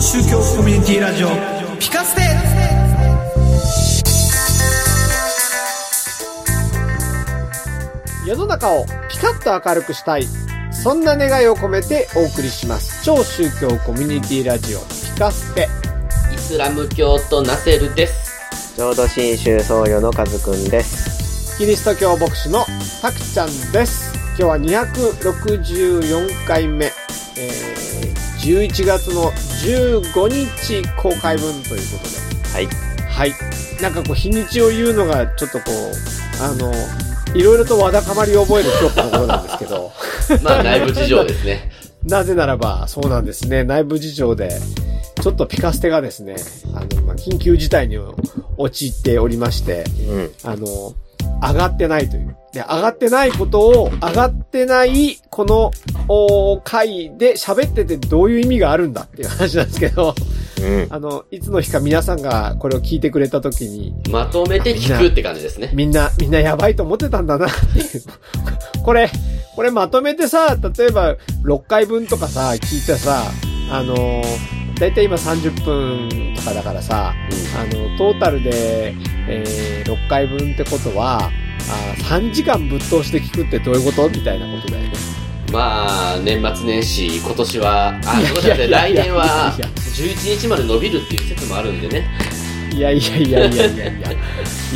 宗教コミュニティラジオピカステ世の中をピカッと明るくしたい。そんな願いを込めてお送りします。超宗教コミュニティラジオピカステ。イスラム教とナセル です。浄土真宗僧侶の和くんです。キリスト教牧師のたくちゃんです。今日は264回目。えー、11月の15日公開分ということで。はい。はい。なんかこう、日にちを言うのが、ちょっとこう、あの、いろいろとわだかまりを覚える今日この頃なんですけど、まあ、内部事情ですね。なぜならば、そうなんですね、内部事情で、ちょっとピカステがですね、あの、まあ緊急事態に陥っておりまして、うん。あの、上がってないという。で、上がってないことを、上がってない、この、お回で喋っててどういう意味があるんだっていう話なんですけど、うん。あの、いつの日か皆さんがこれを聞いてくれた時に、まとめて聞くって感じですね。みんな、みんなやばいと思ってたんだな っていう。これ、これまとめてさ、例えば6回分とかさ、聞いてさ、あのー、だいたい今30分とかだからさ、あの、トータルで、えー、6回分ってことは、あー3時間ぶっ通して聞くってどういうことみたいなことだよね。まあ、年末年始、今年は、あ、ごめんなさい、来年は、11日まで伸びるっていう説もあるんでね。いやいやいやいやいやいや。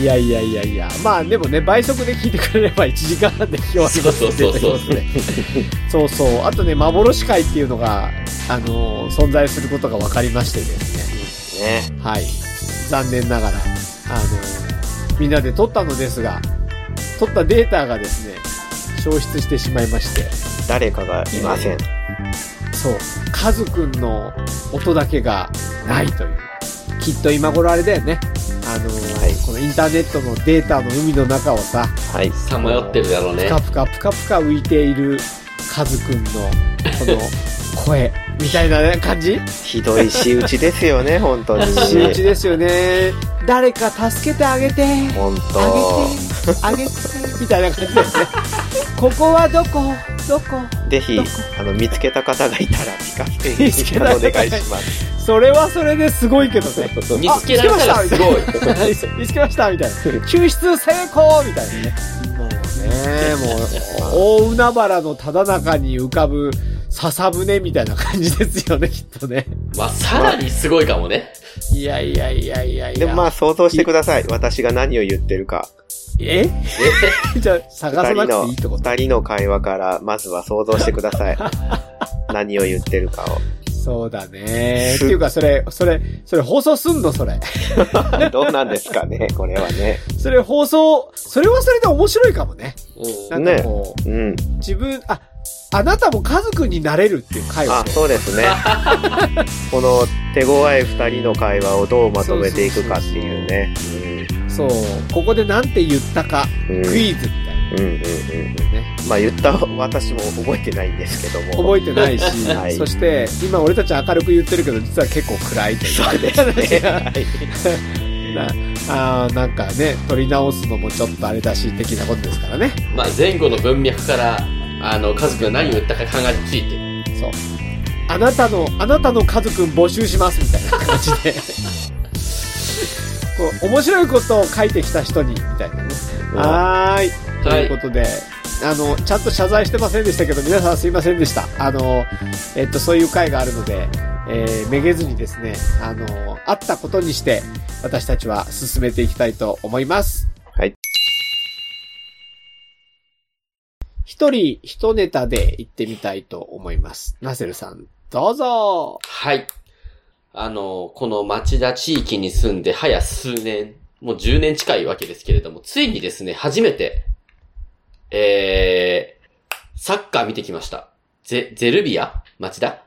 いやいやいやいや。まあでもね、倍速で聞いてくれれば1時間半で聞き終わりますんでそうそうそうそうということでそうそう。あとね、幻会っていうのが、あのー存在することが分かりましてですね。ね。はい。残念ながら、あのーみんなで撮ったのですが、撮ったデータがですね、消失してしまいまして。誰かがいません。そう、カズくんの音だけがないという。きっと今頃あれだよね。あのーはいこのインターネットのデータの海の中をさ、はい。さまよってるだろうぷねか。ぷかぷかぷか浮いているカズくんの、こ の声、みたいな、ね、感じひどい仕打ちですよ ね、本当に。仕打ちですよね。誰か助けてあげて、本当。あげて、あげて、みたいな感じですね。ここはどこどこぜひどこ、あの、見つけた方がいたら、ピカステに見つけた方がお願いします。それはそれですごいけどね。見つけられたらすごい。 見つけましたみたいな。救出成功みたいなね。もうね、もう、大海原のただ中に浮かぶ笹舟みたいな感じですよね、きっとね。まあ、さらにすごいかもね。いやいやいやいやいや。でもまあ、想像してください。私が何を言ってるか。え じゃあ、探さ二な人くての、いいってこと二人の会話から、まずは想像してくだ さい。何を言ってるかを。そうだね。っていうか、それ、それ、それ放送すんのそれ。どうなんですかね、これはね。それ放送、それはそれで面白いかもね。うんなんかこう、うん。自分、あ、あなたもカズくんになれるっていう回をあ、そうです ね。この手強い二人の会話をどうまとめていくかっていうね。そう、ここでなんて言ったか、うん。うん。うんクイズみたいな。うんうん。ね、まあ言った私も覚えてないんですけども。覚えてないし、 はいそして今俺たち明るく言ってるけど実は結構暗いというそうですね。 はいなあー なんかね取り直すのもちょっとあれだし的なことですからねまあ、前後の文脈から、あの、カズくんが何を言ったか考えついて。そうあなたのあなたの家族募集しますみたいな感じでこう面白いことを書いてきた人にみたいなね、はーいとはいいうことで、あの、ちゃんと謝罪してませんでしたけど、皆さんすいませんでした。あの、えっと、そういう会があるので、えーめげずにですね、あの、あったことにして、私たちは進めていきたいと思います。はい。一人一ネタで行ってみたいと思います。ナセルさん、どうぞはい。あの、この町田地域に住んで、早数年、もう10年近いわけですけれども、ついにですね、初めて、えー、サッカー見てきました。ゼ、ゼルビア町田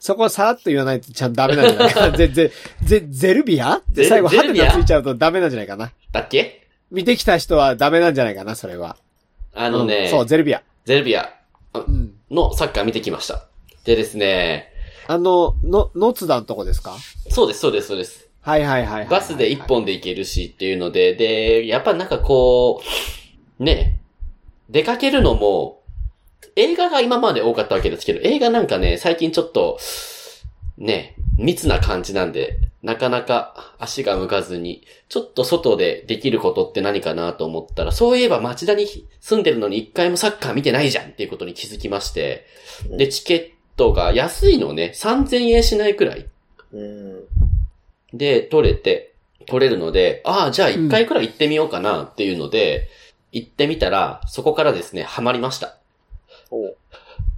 そこはさらっと言わないとちゃんとダメなんじゃないかな。 ぜ、ぜ、ぜ、ゼルビアゼル最後、ハゼテルビアナついちゃうとダメなんじゃないかな。だっけ見てきた人はダメなんじゃないかな、それは。あのね、うんそう、ゼルビア。ゼルビアうん。のサッカー見てきました。でですね、あの、の、のつだのとこですかそうです、そうです、そうです。はいはいはいはいはい。バスで一本で行けるしっていうので、で、やっぱなんかこう、ね、出かけるのも、映画が今まで多かったわけですけど、映画なんかね、最近ちょっと、ね、密な感じなんで、なかなか足が向かずに、ちょっと外でできることって何かなと思ったら、そういえば町田に住んでるのに一回もサッカー見てないじゃんっていうことに気づきまして、で、チケットが安いのね、3000円しないくらいうん。で、取れて、取れるので、ああ、じゃあ一回くらい行ってみようかなっていうので、行ってみたら、そこからですね、ハマりました。お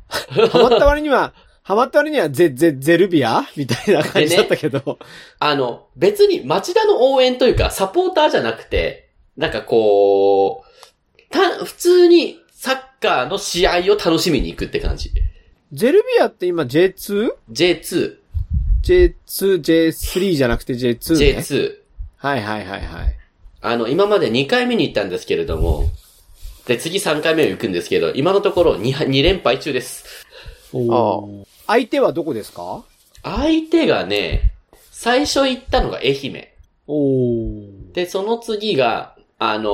ハマった割には、ハマった割にはゼ、ゼ、ゼルビアみたいな感じだったけど。あの、別に町田の応援というか、サポーターじゃなくて、なんかこう、た、普通にサッカーの試合を楽しみに行くって感じ。ゼルビアって今 J2?J2、 J2、 J3 じゃなくて J2 ね。 J2。はいはいはいはい。あの、今まで2回目に行ったんですけれども、で、次3回目に行くんですけど、今のところ 2, 2連敗中です。おー相手はどこですか相手がね、最初行ったのが愛媛。おーで、その次が、あの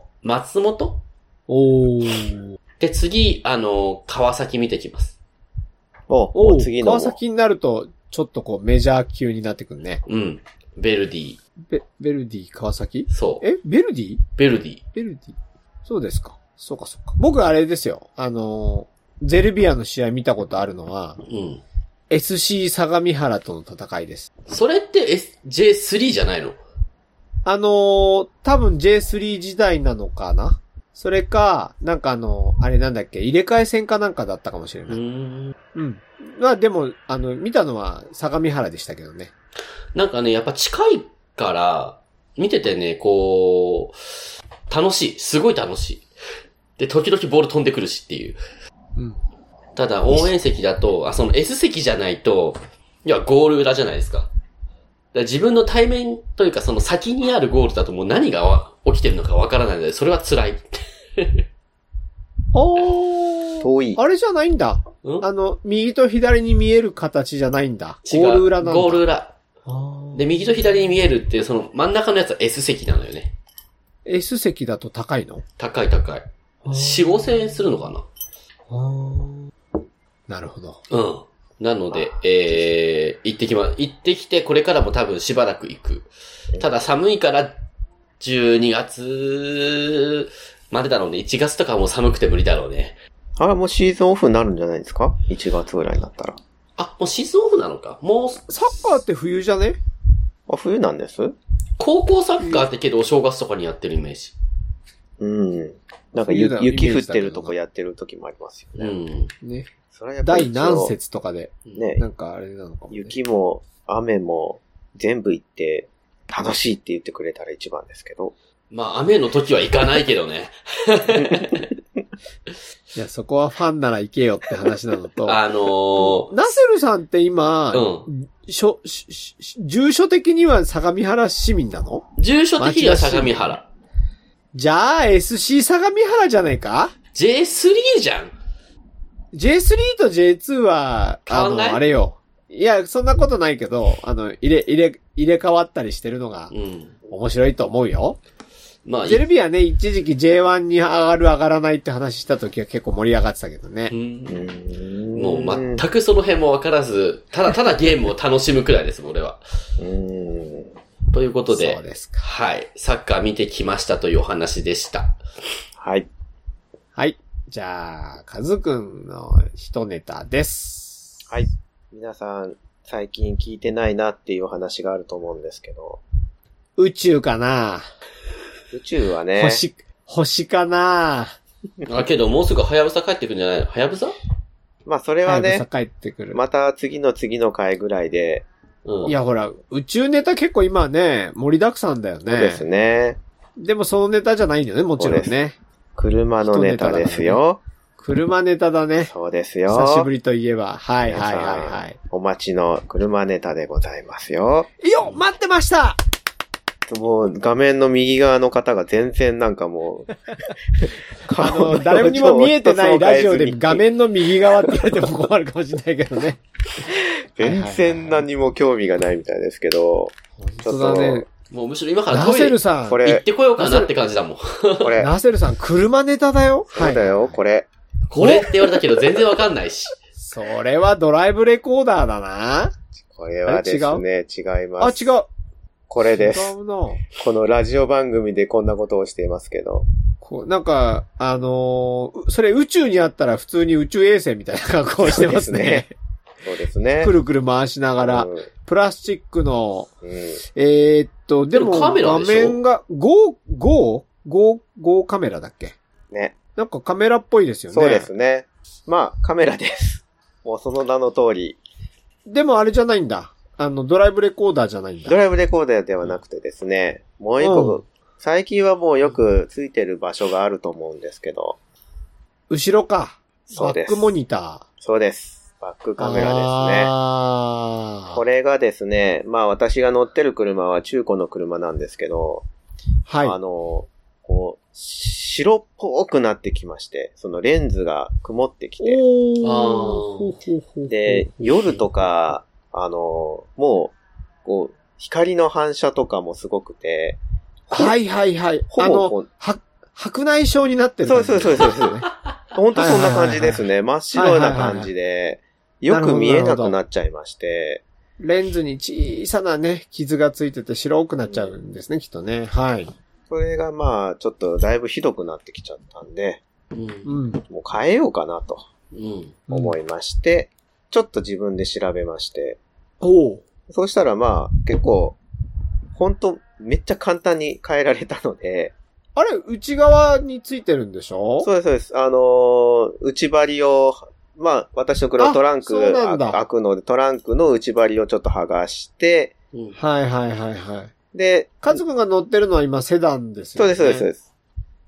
ー松本おーで、次、あのー川崎見てきます。おおおー次のも。川崎になると、ちょっとこうメジャー級になってくるね。うん。ベルディ。ベ、ベルディ、川崎そう。えベルディベルディ。ベルディそうですか。そうかそうか。僕あれですよ。あのー、ゼルビアの試合見たことあるのは、うん。 SC 相模原との戦いです。それって、S、J3 じゃないのあのー、多分 J3 時代なのかなそれか、なんかあのー、あれなんだっけ、入れ替え戦かなんかだったかもしれうない。ーん。うん。まあでも、あの、見たのは相模原でしたけどね。なんかね、やっぱ近いから、見ててね、こう、楽しい。すごい楽しい。で、時々ボール飛んでくるしっていう。うん。ただ、応援席だと、あ、その S 席じゃないと、いや、ゴール裏じゃないですか。だから自分の対面というか、その先にあるゴールだともう何がわ起きてるのかわからないので、それは辛い。あー。遠い。あれじゃないんだ。うんあの、右と左に見える形じゃないんだ。違うゴール裏なんだ。ゴール裏。あで、右と左に見えるっていう、その真ん中のやつは S 席なのよね。ー S 席だと高いの高い高い。4、5千円するのかななるほど。うん。なので、えー、行ってきま、行ってきて、これからも多分しばらく行く。ただ寒いから、12月までだろうね。1月とかはもう寒くて無理だろうね。あれもうシーズンオフになるんじゃないですか ?1 月ぐらいになったら。あ、もうシーズンオフなのか。もう、サッカーって冬じゃねあ、冬なんです高校サッカーってけどお正月とかにやってるイメージ。うん。なんか冬ゆだよイ雪メー降っジだてけどなるとこやってる時もありますようね。ん。ね。それはやっぱり第何節とかで、ねなんかあれなのかも、ね。雪も雨も全部行って楽しいって言ってくれたら一番ですけど。まあ、雨の時は行かないけどね。いや、そこはファンなら行けよって話なのと。あのナセルさんって今、うしょしし住所的には相模原市民なのー、住所的には相模原。じゃあ、SC 相模原じゃないか J3 じゃん。 ?J3 と J2 は、あ変わんの、ないあれよ。いや、そんなことないけど、あの、入れ、入れ、入れ替わったりしてるのがうん。面白いと思うよ。まあ、いゼルビアね、一時期 J1 に上がる上がらないって話した時は結構盛り上がってたけどねう。んももう全くその辺もわからず、ただただゲームを楽しむくらいです、俺は。うん。ということで、そうですかはい。サッカー見てきましたというお話でした。はい。はい。じゃあ、カズくんの一ネタです。はい。皆さん、最近聞いてないなっていうお話があると思うんですけど、宇宙かな、宇宙はね、星、星かなあ、けどもうすぐハヤブサ帰ってくんじゃないのハヤブサまあそれは早くねさ、帰ってくる。また次の次の回ぐらいで、うん。いや、ほら、宇宙ネタ結構今ね、盛りだくさんだよそうでね。すね、でもそのネタじゃないんだよね、もちろんそうね。車のネタですよ。車ネタだね。そうですよ。久しぶりといえば。はい皆はさいんはいはい。お待ちの車ネタでございますよ。いいよ待ってましたもう画面の右側の方が全然なんかもう、 あ顔の、表情誰にも見えてないラジオでを画面の右側って言われても困るかもしれないけど ね。全然何も興味がないみたいですけど、本当だね。もうむしろ今からナトイセレルさんこ、行っれ、てこようかなって感じだもん。これ、ナセルさん、車ネタだよ。そうだよ、これ。これって言われたけど全然わかんないし。それはドライブレコーダーだな。これはですね、違いあ、ま違す。う。これです違。うな。このラジオ番組でこんなことをしていますけど。こう、なんか、あのーうそれ宇宙にあったら普通に宇宙衛星みたいな格好をしてますね。そうですね。 くるくる回しながら、うんプラスチックの、うんえーっと、でもでもカメラ画でしょ面が5、5、5、5カメラだっけね。なんかカメラっぽいですよね。そうです。ね。まあ、カメラです。 もうその名の通り、でもあれじゃないんだ。あの、ドライブレコーダーじゃないんだド。ライブレコーダーではなくてですね、もう一うん個、最近はもうよくついてる場所があると思うんですけど、後ろか。そうですバックモニタそうです。バックー。カメラですね。あーこ。れがですね、まあ私が乗ってる車は中古の車なんですけど、はい。あの、こう、白っぽくなってきまして、そのレンズが曇ってきて、おーあーほうほうほうで、夜とか、あの、もう、こう、光の反射とかもすごくて、はいはいはい。ほあぼこのう、は、白内障になってるそ感うじ。そうそうそうそう。本当そんな感じですね。真っ白な感じで、よく見えなくなっちゃいまして、レンズに小さなね、傷がついてて白くなっちゃうんですね、きっとね。はい。それがまあ、ちょっとだいぶひどくなってきちゃったんで、うん。うん。もう変えようかなとうん。思いまして、ちょっと自分で調べまして、おうそうしたらまあ、結構、本当めっちゃ簡単に変えられたので、あれ、内側についてるんでしょそうです、そうです。あのー内張りを、まあ、私の車あトランクそうなんだ開くので、トランクの内張りをちょっと剥がして、うん。はいはいはいはい。で、カズくんが乗ってるのは今セダンですそうよです、そうでね。す、そうです。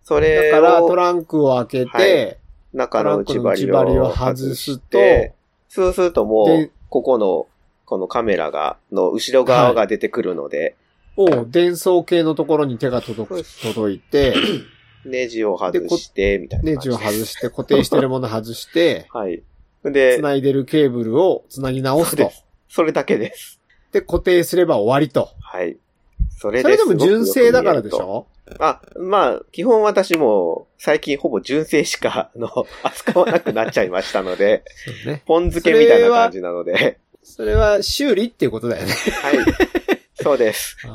そだれからトをランクを開けて、はいト中ラのンク内の張内り張りをを外外すしと、て、そうするともでう、ここの、このカメラが、の後ろ側が出てくるので、おう伝送系のところに手がそう届くで、届いて、ネジを外して、みたいなネ感ジじをです。外して、固定してるもの外して、はい。で、繋いでるケーブルを繋ぎ直そすうとで。すそれだけです。で、固定すれば終わりと。はい。それそでれすでごくもよく見えると純正だからでしょあ、まあ、基本私も、最近ほぼ純正しか、 あの、扱わなくなっちゃいましたの で、そうね。ポン漬けみたいな感じなので、それは修理っていうことだよね。はい。そうです。でで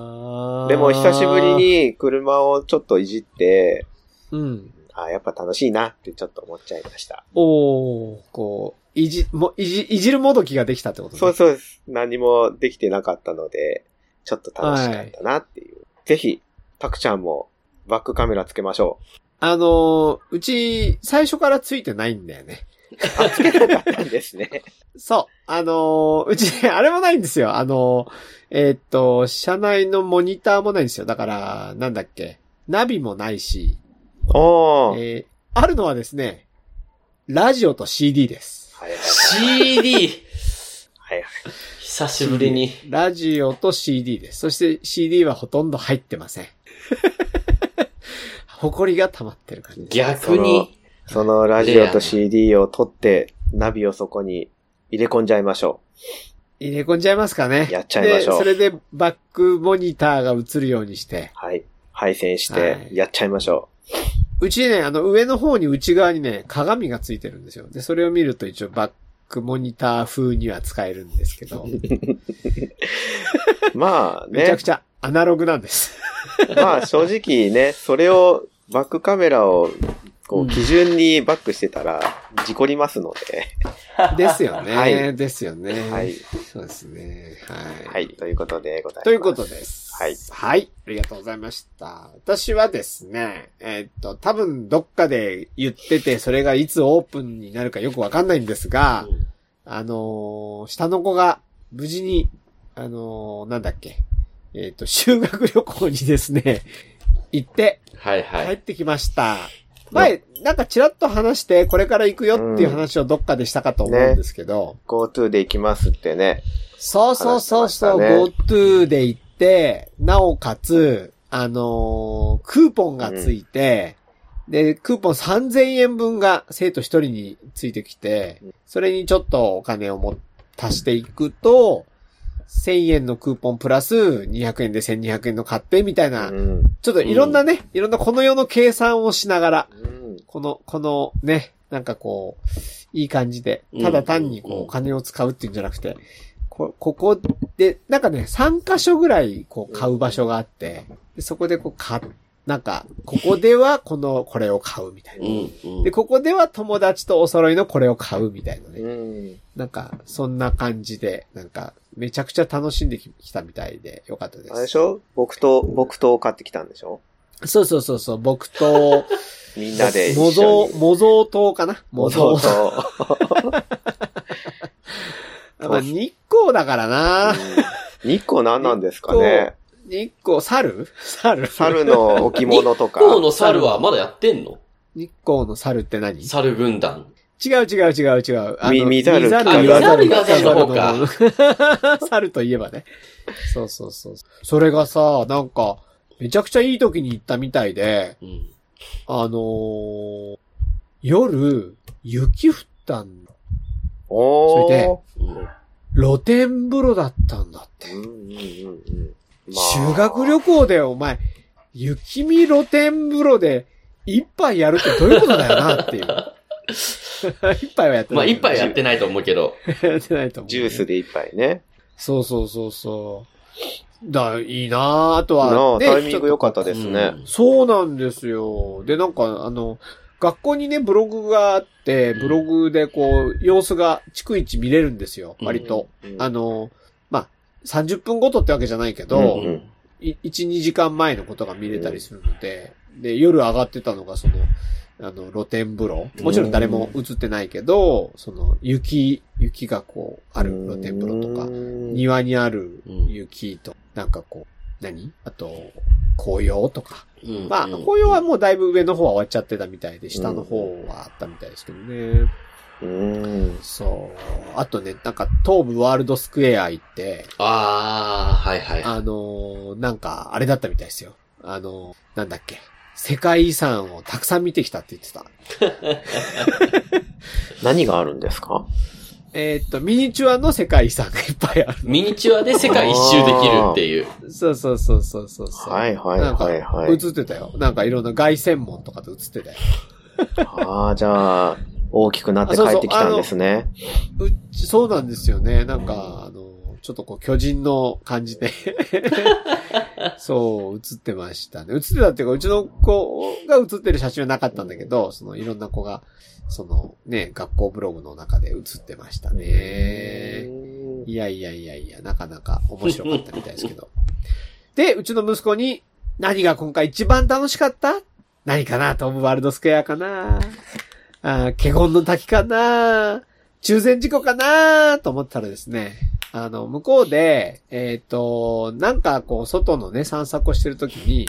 も、久しぶり。に車をちょっといじって、うん。あやっぱ楽しいなってちょっと思っちゃいました。おー、こう、いじ、も、いじ、いじるもどきができたってことね。そうそうです。何もできてなかったので、ちょっと楽しかったなっていう。ぜひ、たくちゃんもバックカメラつけましょあのーうち、最初からついてないんだよね。う。あ、つけなかったんです ね。そう。あのーうち、あれもないんですよ。あのーえーっと、車内のモニターもないんですよ。だから、なんだっけ。ナビもないし、おー。えーあるのはですね、ラジオと CD です。はいはい CD! はいはい。久しぶりに。ラジオと CD です。そして CD はほとんど入ってま せん。埃が溜まってる感じです。逆に。そのラジオと CD を取って、ナビをそこに入れ込んじゃいましょ入れ込んじゃいますかね。やっちゃいましょうでそれでバックモニターが映るようにしてう。。はい。配線しはて、いやっちゃいましょうちね、あの上の方に内側にね、鏡がついてるんですよ。で、それを見ると一応バックモニター風には使えるんですけど、う。まあめちゃねく、ちゃアナログなんです。 まあ正直ね、それを、バックカメラを、こうんう、基準にバックしてたら、事故りますのですよね。はいですよね。で、はい。そうですね。はい。はい。ということでございます。ということです。はい。はい。ありがとうございました。私はですね、えっと、多分どっかで言ってて、それがいつオープンになるかよくわかんないんですが、あのー下の子が無事に、あのーなんだっけ、えっ、と、修学旅行にですね、 行ってはいは帰っい。てきました。前、なんかちらっと話して、これから行くよっていう話をどっかでしたかと思うんですけど、 GoTo で行きますってね。そうそうそうそう、話して GoTo で行って、なおかつ、あのークーポンがついて、で、クーポン3000円分が生徒一人についてきて、それにちょっとお金をも足していくと、1000円のクーポンプラス200円で1200円の買ってみたいうな、ん。ちょっといろんなね、いろんなこの世の計算をしながら、うんこの、このね、なんかこう、いい感じでう、んただ単にこうんう、お金を使うっていうんじゃなくて、こ、ここで、なんかね、3箇所ぐらい、こう、買う場所があって、でそこでこう、買っ、なんか、ここでは、この、これを買うみたいうんな。うん。で、ここでは友達とお揃いのこれを買うみたいなね。うん。なんか、そんな感じで、なんか、めちゃくちゃ楽しんでききたみたいで、よかったです。あれでしょ木刀、木刀を買ってきたんでしょそうそうそうそう、僕と、みんなで一模緒造、に。模造刀かな模造模造と。まあ、日光だからうなん日光何なんですかね日光、猿猿猿の置物とか。今日の猿はまだやってんの 日光の猿って何違猿軍団。う違う違う違う。み見ざる見ざあ言わざる見ざる言わざるのか。 猿といえばね。そうそうそう。それがさ、なんか、めちゃくちゃいい時に行ったみたいで、うん。あのー夜、雪降ったんだ。おー。それでうん。露天風呂だったんだって。うんうんうんうんまあ修学旅行でお前、雪見露天風呂で一杯やるってどういうことだよ なっていう。一杯はやってなまあ、い。一杯やってないと思うけど。やってないと思う、ジュース。で一杯ね。そうそうそうそう。だ、いいなぁあとなは。あねタイミング良かったちでょすうね。んとそうなんですよ。で、なんか、あの、学校にね、ブログがあって、ブログでこう、様子が逐一見れるんですよ。割と。うんあの、まあ、30分ごとってわけじゃないけうど、んい1、2時間前のことが見れたりするので、で、夜上がってたのがその、あの、露天風呂。もちろん誰も映ってないけど、その、雪、雪がこう、ある露天風呂とか、うん庭にあるうん雪と、なんかこう、何あと、紅葉とか。うんまあ、うん紅葉はもうだいぶ上の方は終わっちゃってたみたいで、下の方はあったみたいですけどね。うん。そう。あとね、なんか、東部ワールドスクエア行って、ああ、はいはい。あのーなんか、あれだったみたいですよ。あのーなんだっけ。世界遺産をたくさん見てきたって言ってた。何があるんですかえーっと、ミニチュアの世界遺産がいっぱいあミニチュアで世界一周できるっていう。る。 そうそうそうそうそうそう。はいはいなんか、はいはい。映ってたよ。なんかいろんな凱旋門とかと映ってたよ。ああ、じゃあ、大きくなって帰ってきたんですね。うち、そうなんですよね。なんか、あの、ちょっとこう、巨人の感じで。そう、映ってましたね。映ってたっていうか、うちの子が映ってる写真はなかったんだけど、その、いろんな子が、その、ね、学校ブログの中で映ってましたね。いやいやいやいや、なかなか面白かったみたいですけど。 で、うちの息子に、何が今回一番楽しかった何かなトムワールドスクエアかなあー、ケゴンの滝かな中禅寺湖かなと思ったらですね、あの、向こうで、えっ、と、なんかこう、外のね、散策をしてるときに、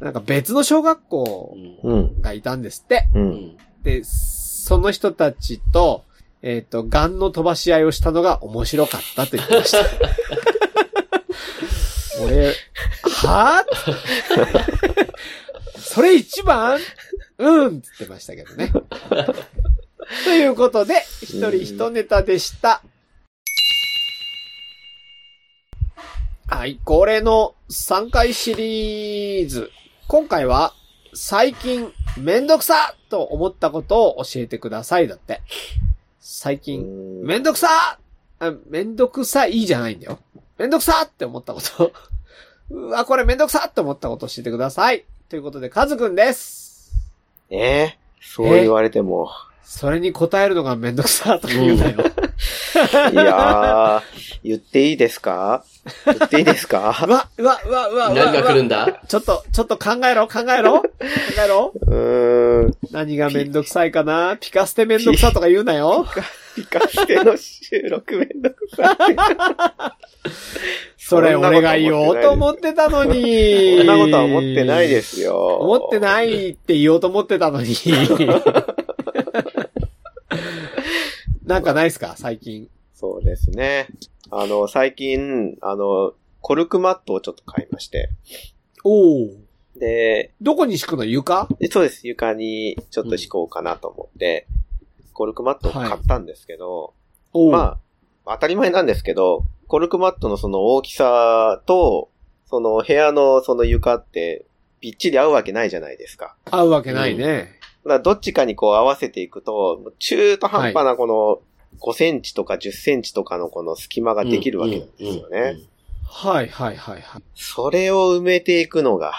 なんか別の小学校ううん。がいたんですって。うん。うんんで、その人たちと、えっ、と、ガンの飛ばし合いをしたのが面白かったと言ってました。俺、はぁ それ一番うんって言ってましたけどね。ということで、一人一ネタでした。はい、恒例の3回シリーズ。今回は、最近めんどくさと思ったことを教えてくださいだって。最近めんどくさあめんどくさいじゃないんだよ。めんどくさって思ったこと。 うわ、これめんどくさって思ったこと教えてください。ということで、カズくんです。えーそう言われても。それに答えるのがめんどくさとか言うなよ。いやー、言っていいですか言っていいです うかわ、うわ、うわ、うわ、うわ何が来うるわ。んだちょっと、ちょっと考えろ、考えろ。考えろ。うーん。何がめんどくさいかなピカステめんどくさとか言うなよ。ピカステの収録めんどくさい。それ俺が言おうと思ってたのに。そんなことは思ってないですよ。思ってい。ないって言おうと思ってたの に。なんかないっすか最近。そうですね。あの、最近、あの、コルクマットをちょっと買いまして。おお。で、どこに敷くの床でそうです。床にちょっと敷こうかなと思って、コルクマットを買ったんですけど、おうまあ、当たり前なんですけど、コルクマットのその大きさと、その部屋のその床って、びっちり合うわけないじゃないですか。合うわけないね。だからどっちかにこう合わせていくと、中途半端なこの5センチとか10センチとかのこの隙間ができるわけなんですようんうんね。うんはいはいはいはい。それを埋めていくのが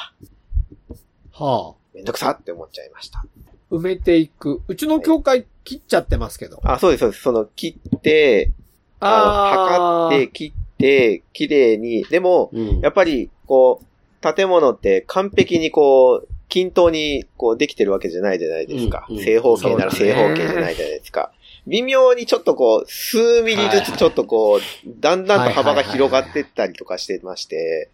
はあ。めんどくさって思っちゃいました。埋めていく。うちの教会切っちゃってますけど。あ、そうです、そうです。その切って、あの、測って、切って、綺麗に。でも、うん。やっぱり、こう、建物って完璧にこう、均等にこうできてるわけじゃないじゃないですか。うんうん正方形ならそう正だね方形じゃないじゃないですか。微妙にちょっとこう、数ミリずつちょっとこう、だんだんと幅が広がってったりとかしてまして、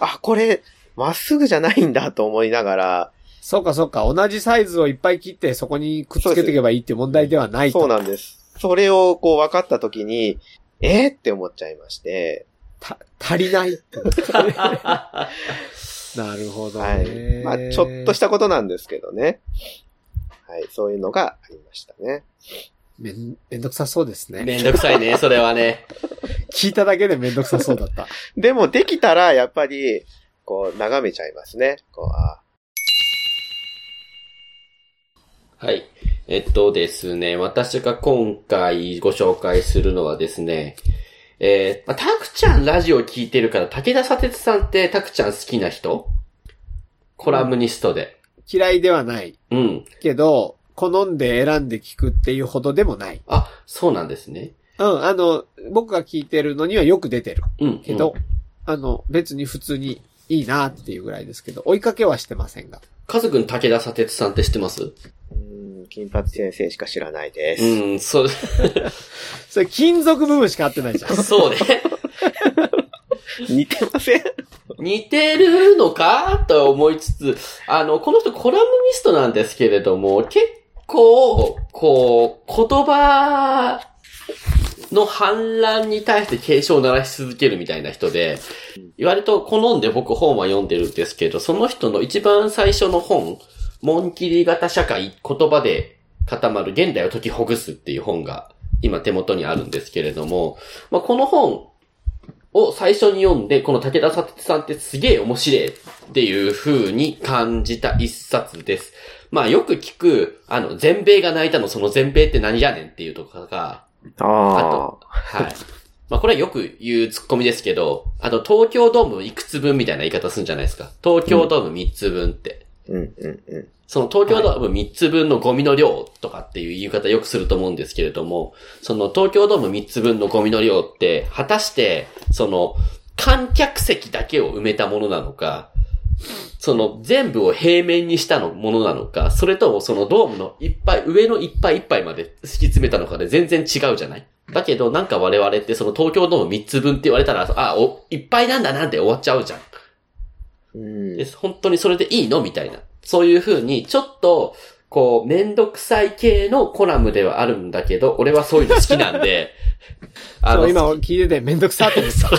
あ、これ、まっすぐじゃないんだと思いながら、そうかそうか。同じサイズをいっぱい切ってそこにくっつけていけばいいっていう問題ではないと。そうなんです。それをこう分かった時に、えーって思っちゃいまして、た足りない。なるほどね。はい。まあ、ちょっとしたことなんですけどね。はい、そういうのがありましたね。めん、めんどくさそうですね。 めんどくさいね、それはね。聞いただけでめんどくさそうだった。でも、できたら、やっぱり、こう、眺めちゃいますね。こう、あはい。えっとですね、私が今回ご紹介するのはですね、えー、まあ、タクちゃんラジオ聞いてるから、武田砂鉄さんってタクちゃん好きな人コラムニストで。嫌いではない。うん。けど、好んで選んで聞くっていうほどでもない。あ、そうなんですね。うん、あの、僕が聞いてるのにはよく出てるうん。けど、あの、別に普通にいいなっていうぐらいですけど、追いかけはしてませんが。カズくん武田砂鉄さんって知ってますうーん、金髪先生しか知らないです。うん、そ、それ金属部分しか合ってないじゃん。そうね。似てません似てるのかと思いつつ、あの、この人コラムニストなんですけれども、結構、こう、言葉の反乱に対して警鐘を鳴らし続けるみたいな人で、割と好んで僕本は読んでるんですけど、その人の一番最初の本、モンキリ型社会言葉で固まる現代を解きほぐすっていう本が今手元にあるんですけれども、まあ、この本を最初に読んで、この武田砂鉄さんってすげえ面白いっていう風に感じた一冊です。まあよく聞く、あの、全米が泣いたのその全米って何やねんっていうとかが、ああと、はい。まあこれはよく言うツッコミですけど、あの、東京ドームいくつ分みたいな言い方するんじゃないですか。東京ドーム3つ分って。うん、うん、うん。その東京ドーム3つ分のゴミの量とかっていう言い方よくすると思うんですけれども、その東京ドーム3つ分のゴミの量って、果たして、その、観客席だけを埋めたものなのか、その全部を平面にしたのものなのか、それともそのドームのいっぱい、上のいっぱいいっぱいまで敷き詰めたのかで全然違うじゃないだけどなんか我々ってその東京ドーム3つ分って言われたら、あ、お、いっぱいなんだなんて終わっちゃうじゃん。うんで、本当にそれでいいのみたいな。そういう風に、ちょっと、こう、めんどくさい系のコラムではあるんだけど、俺はそういうの好きなんで、 あそう、今そう聞いててめんどくさって 思っそう。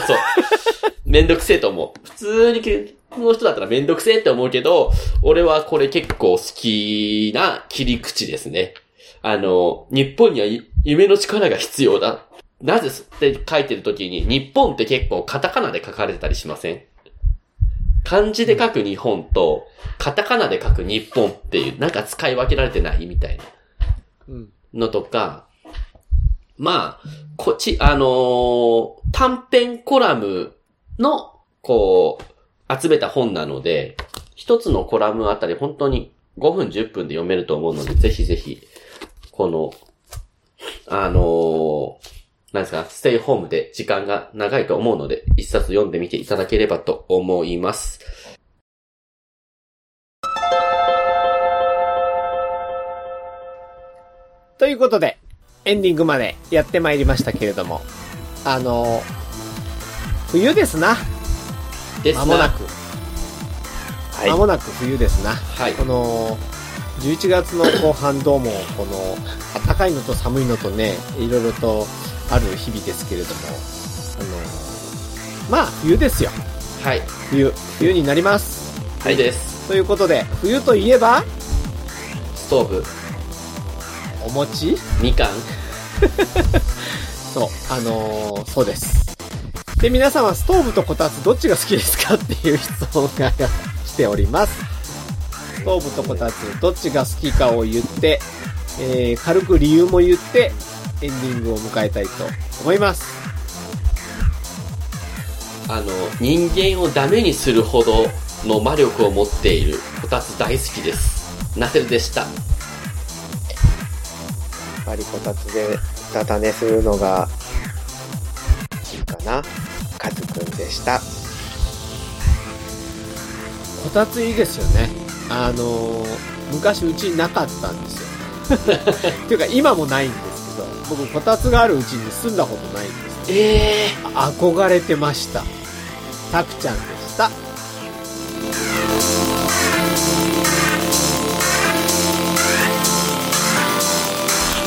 めんどくせえと思う。普通にけ、この人だったらめんどくせえって思うけど、俺はこれ結構好きな切り口ですね。あの、日本にはい夢の力が必要だ。なぜって書いてる時に、日本って結構カタカナで書かれてたりしません漢字で書く日本と、カタカナで書く日本っていう、なんか使い分けられてないみたいな。た。うん。のとか、まあ、こっち、あのー短編コラムの、こう、集めた本なので、一つのコラムあたり本当に5分10分で読めると思うので、ぜひぜひ、この、あのーなんですか、ステイホームで時間が長いと思うので、一冊読んでみていただければと思います。ということで、エンディングまでやってまいりましたけれども、あの、冬ですな。です間もなく。はい間。もなく冬ですな。はい。この、11月の後半どうも、この、暖かいのと寒いのとね、いろいろとある日々ですけれども、あの、まあ、冬ですよ。はい。冬。冬になります。はいです。ということで、冬といえば、ストーブ、お餅みかん、そう、あのーそうです。で、皆さんはストーブとこたつどっちが好きですかっていう質問が来ております。ストーブとこたつどっちが好きかを言って、えー軽く理由も言って、エンディングを迎えたいと思います。あの、人間をダメにするほどの魔力を持っている、こたつ大好きです。ナセルでした。やっぱりこたつでたた寝するのがいいかな。カズくんでした。こたついいですよねあのー昔うちなかったんですよっていうか今もないんですけど僕こたつがあるうちに住んだことないんですけええど憧れてましたたくちゃんでした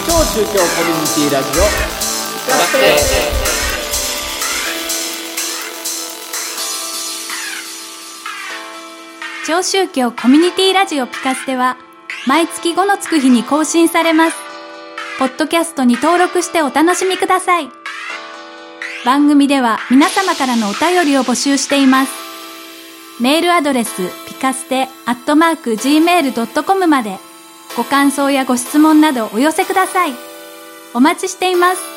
超中京コミュニティラジオ聞かせて長宗教コミュニティラジオピカステは毎月5のつく日に更新されます。ポッドキャストに登録してお楽しみください。番組では皆様からのお便りを募集しています。メールアドレスピカステアットマーク gmail.com までご感想やご質問などお寄せください。お待ちしています。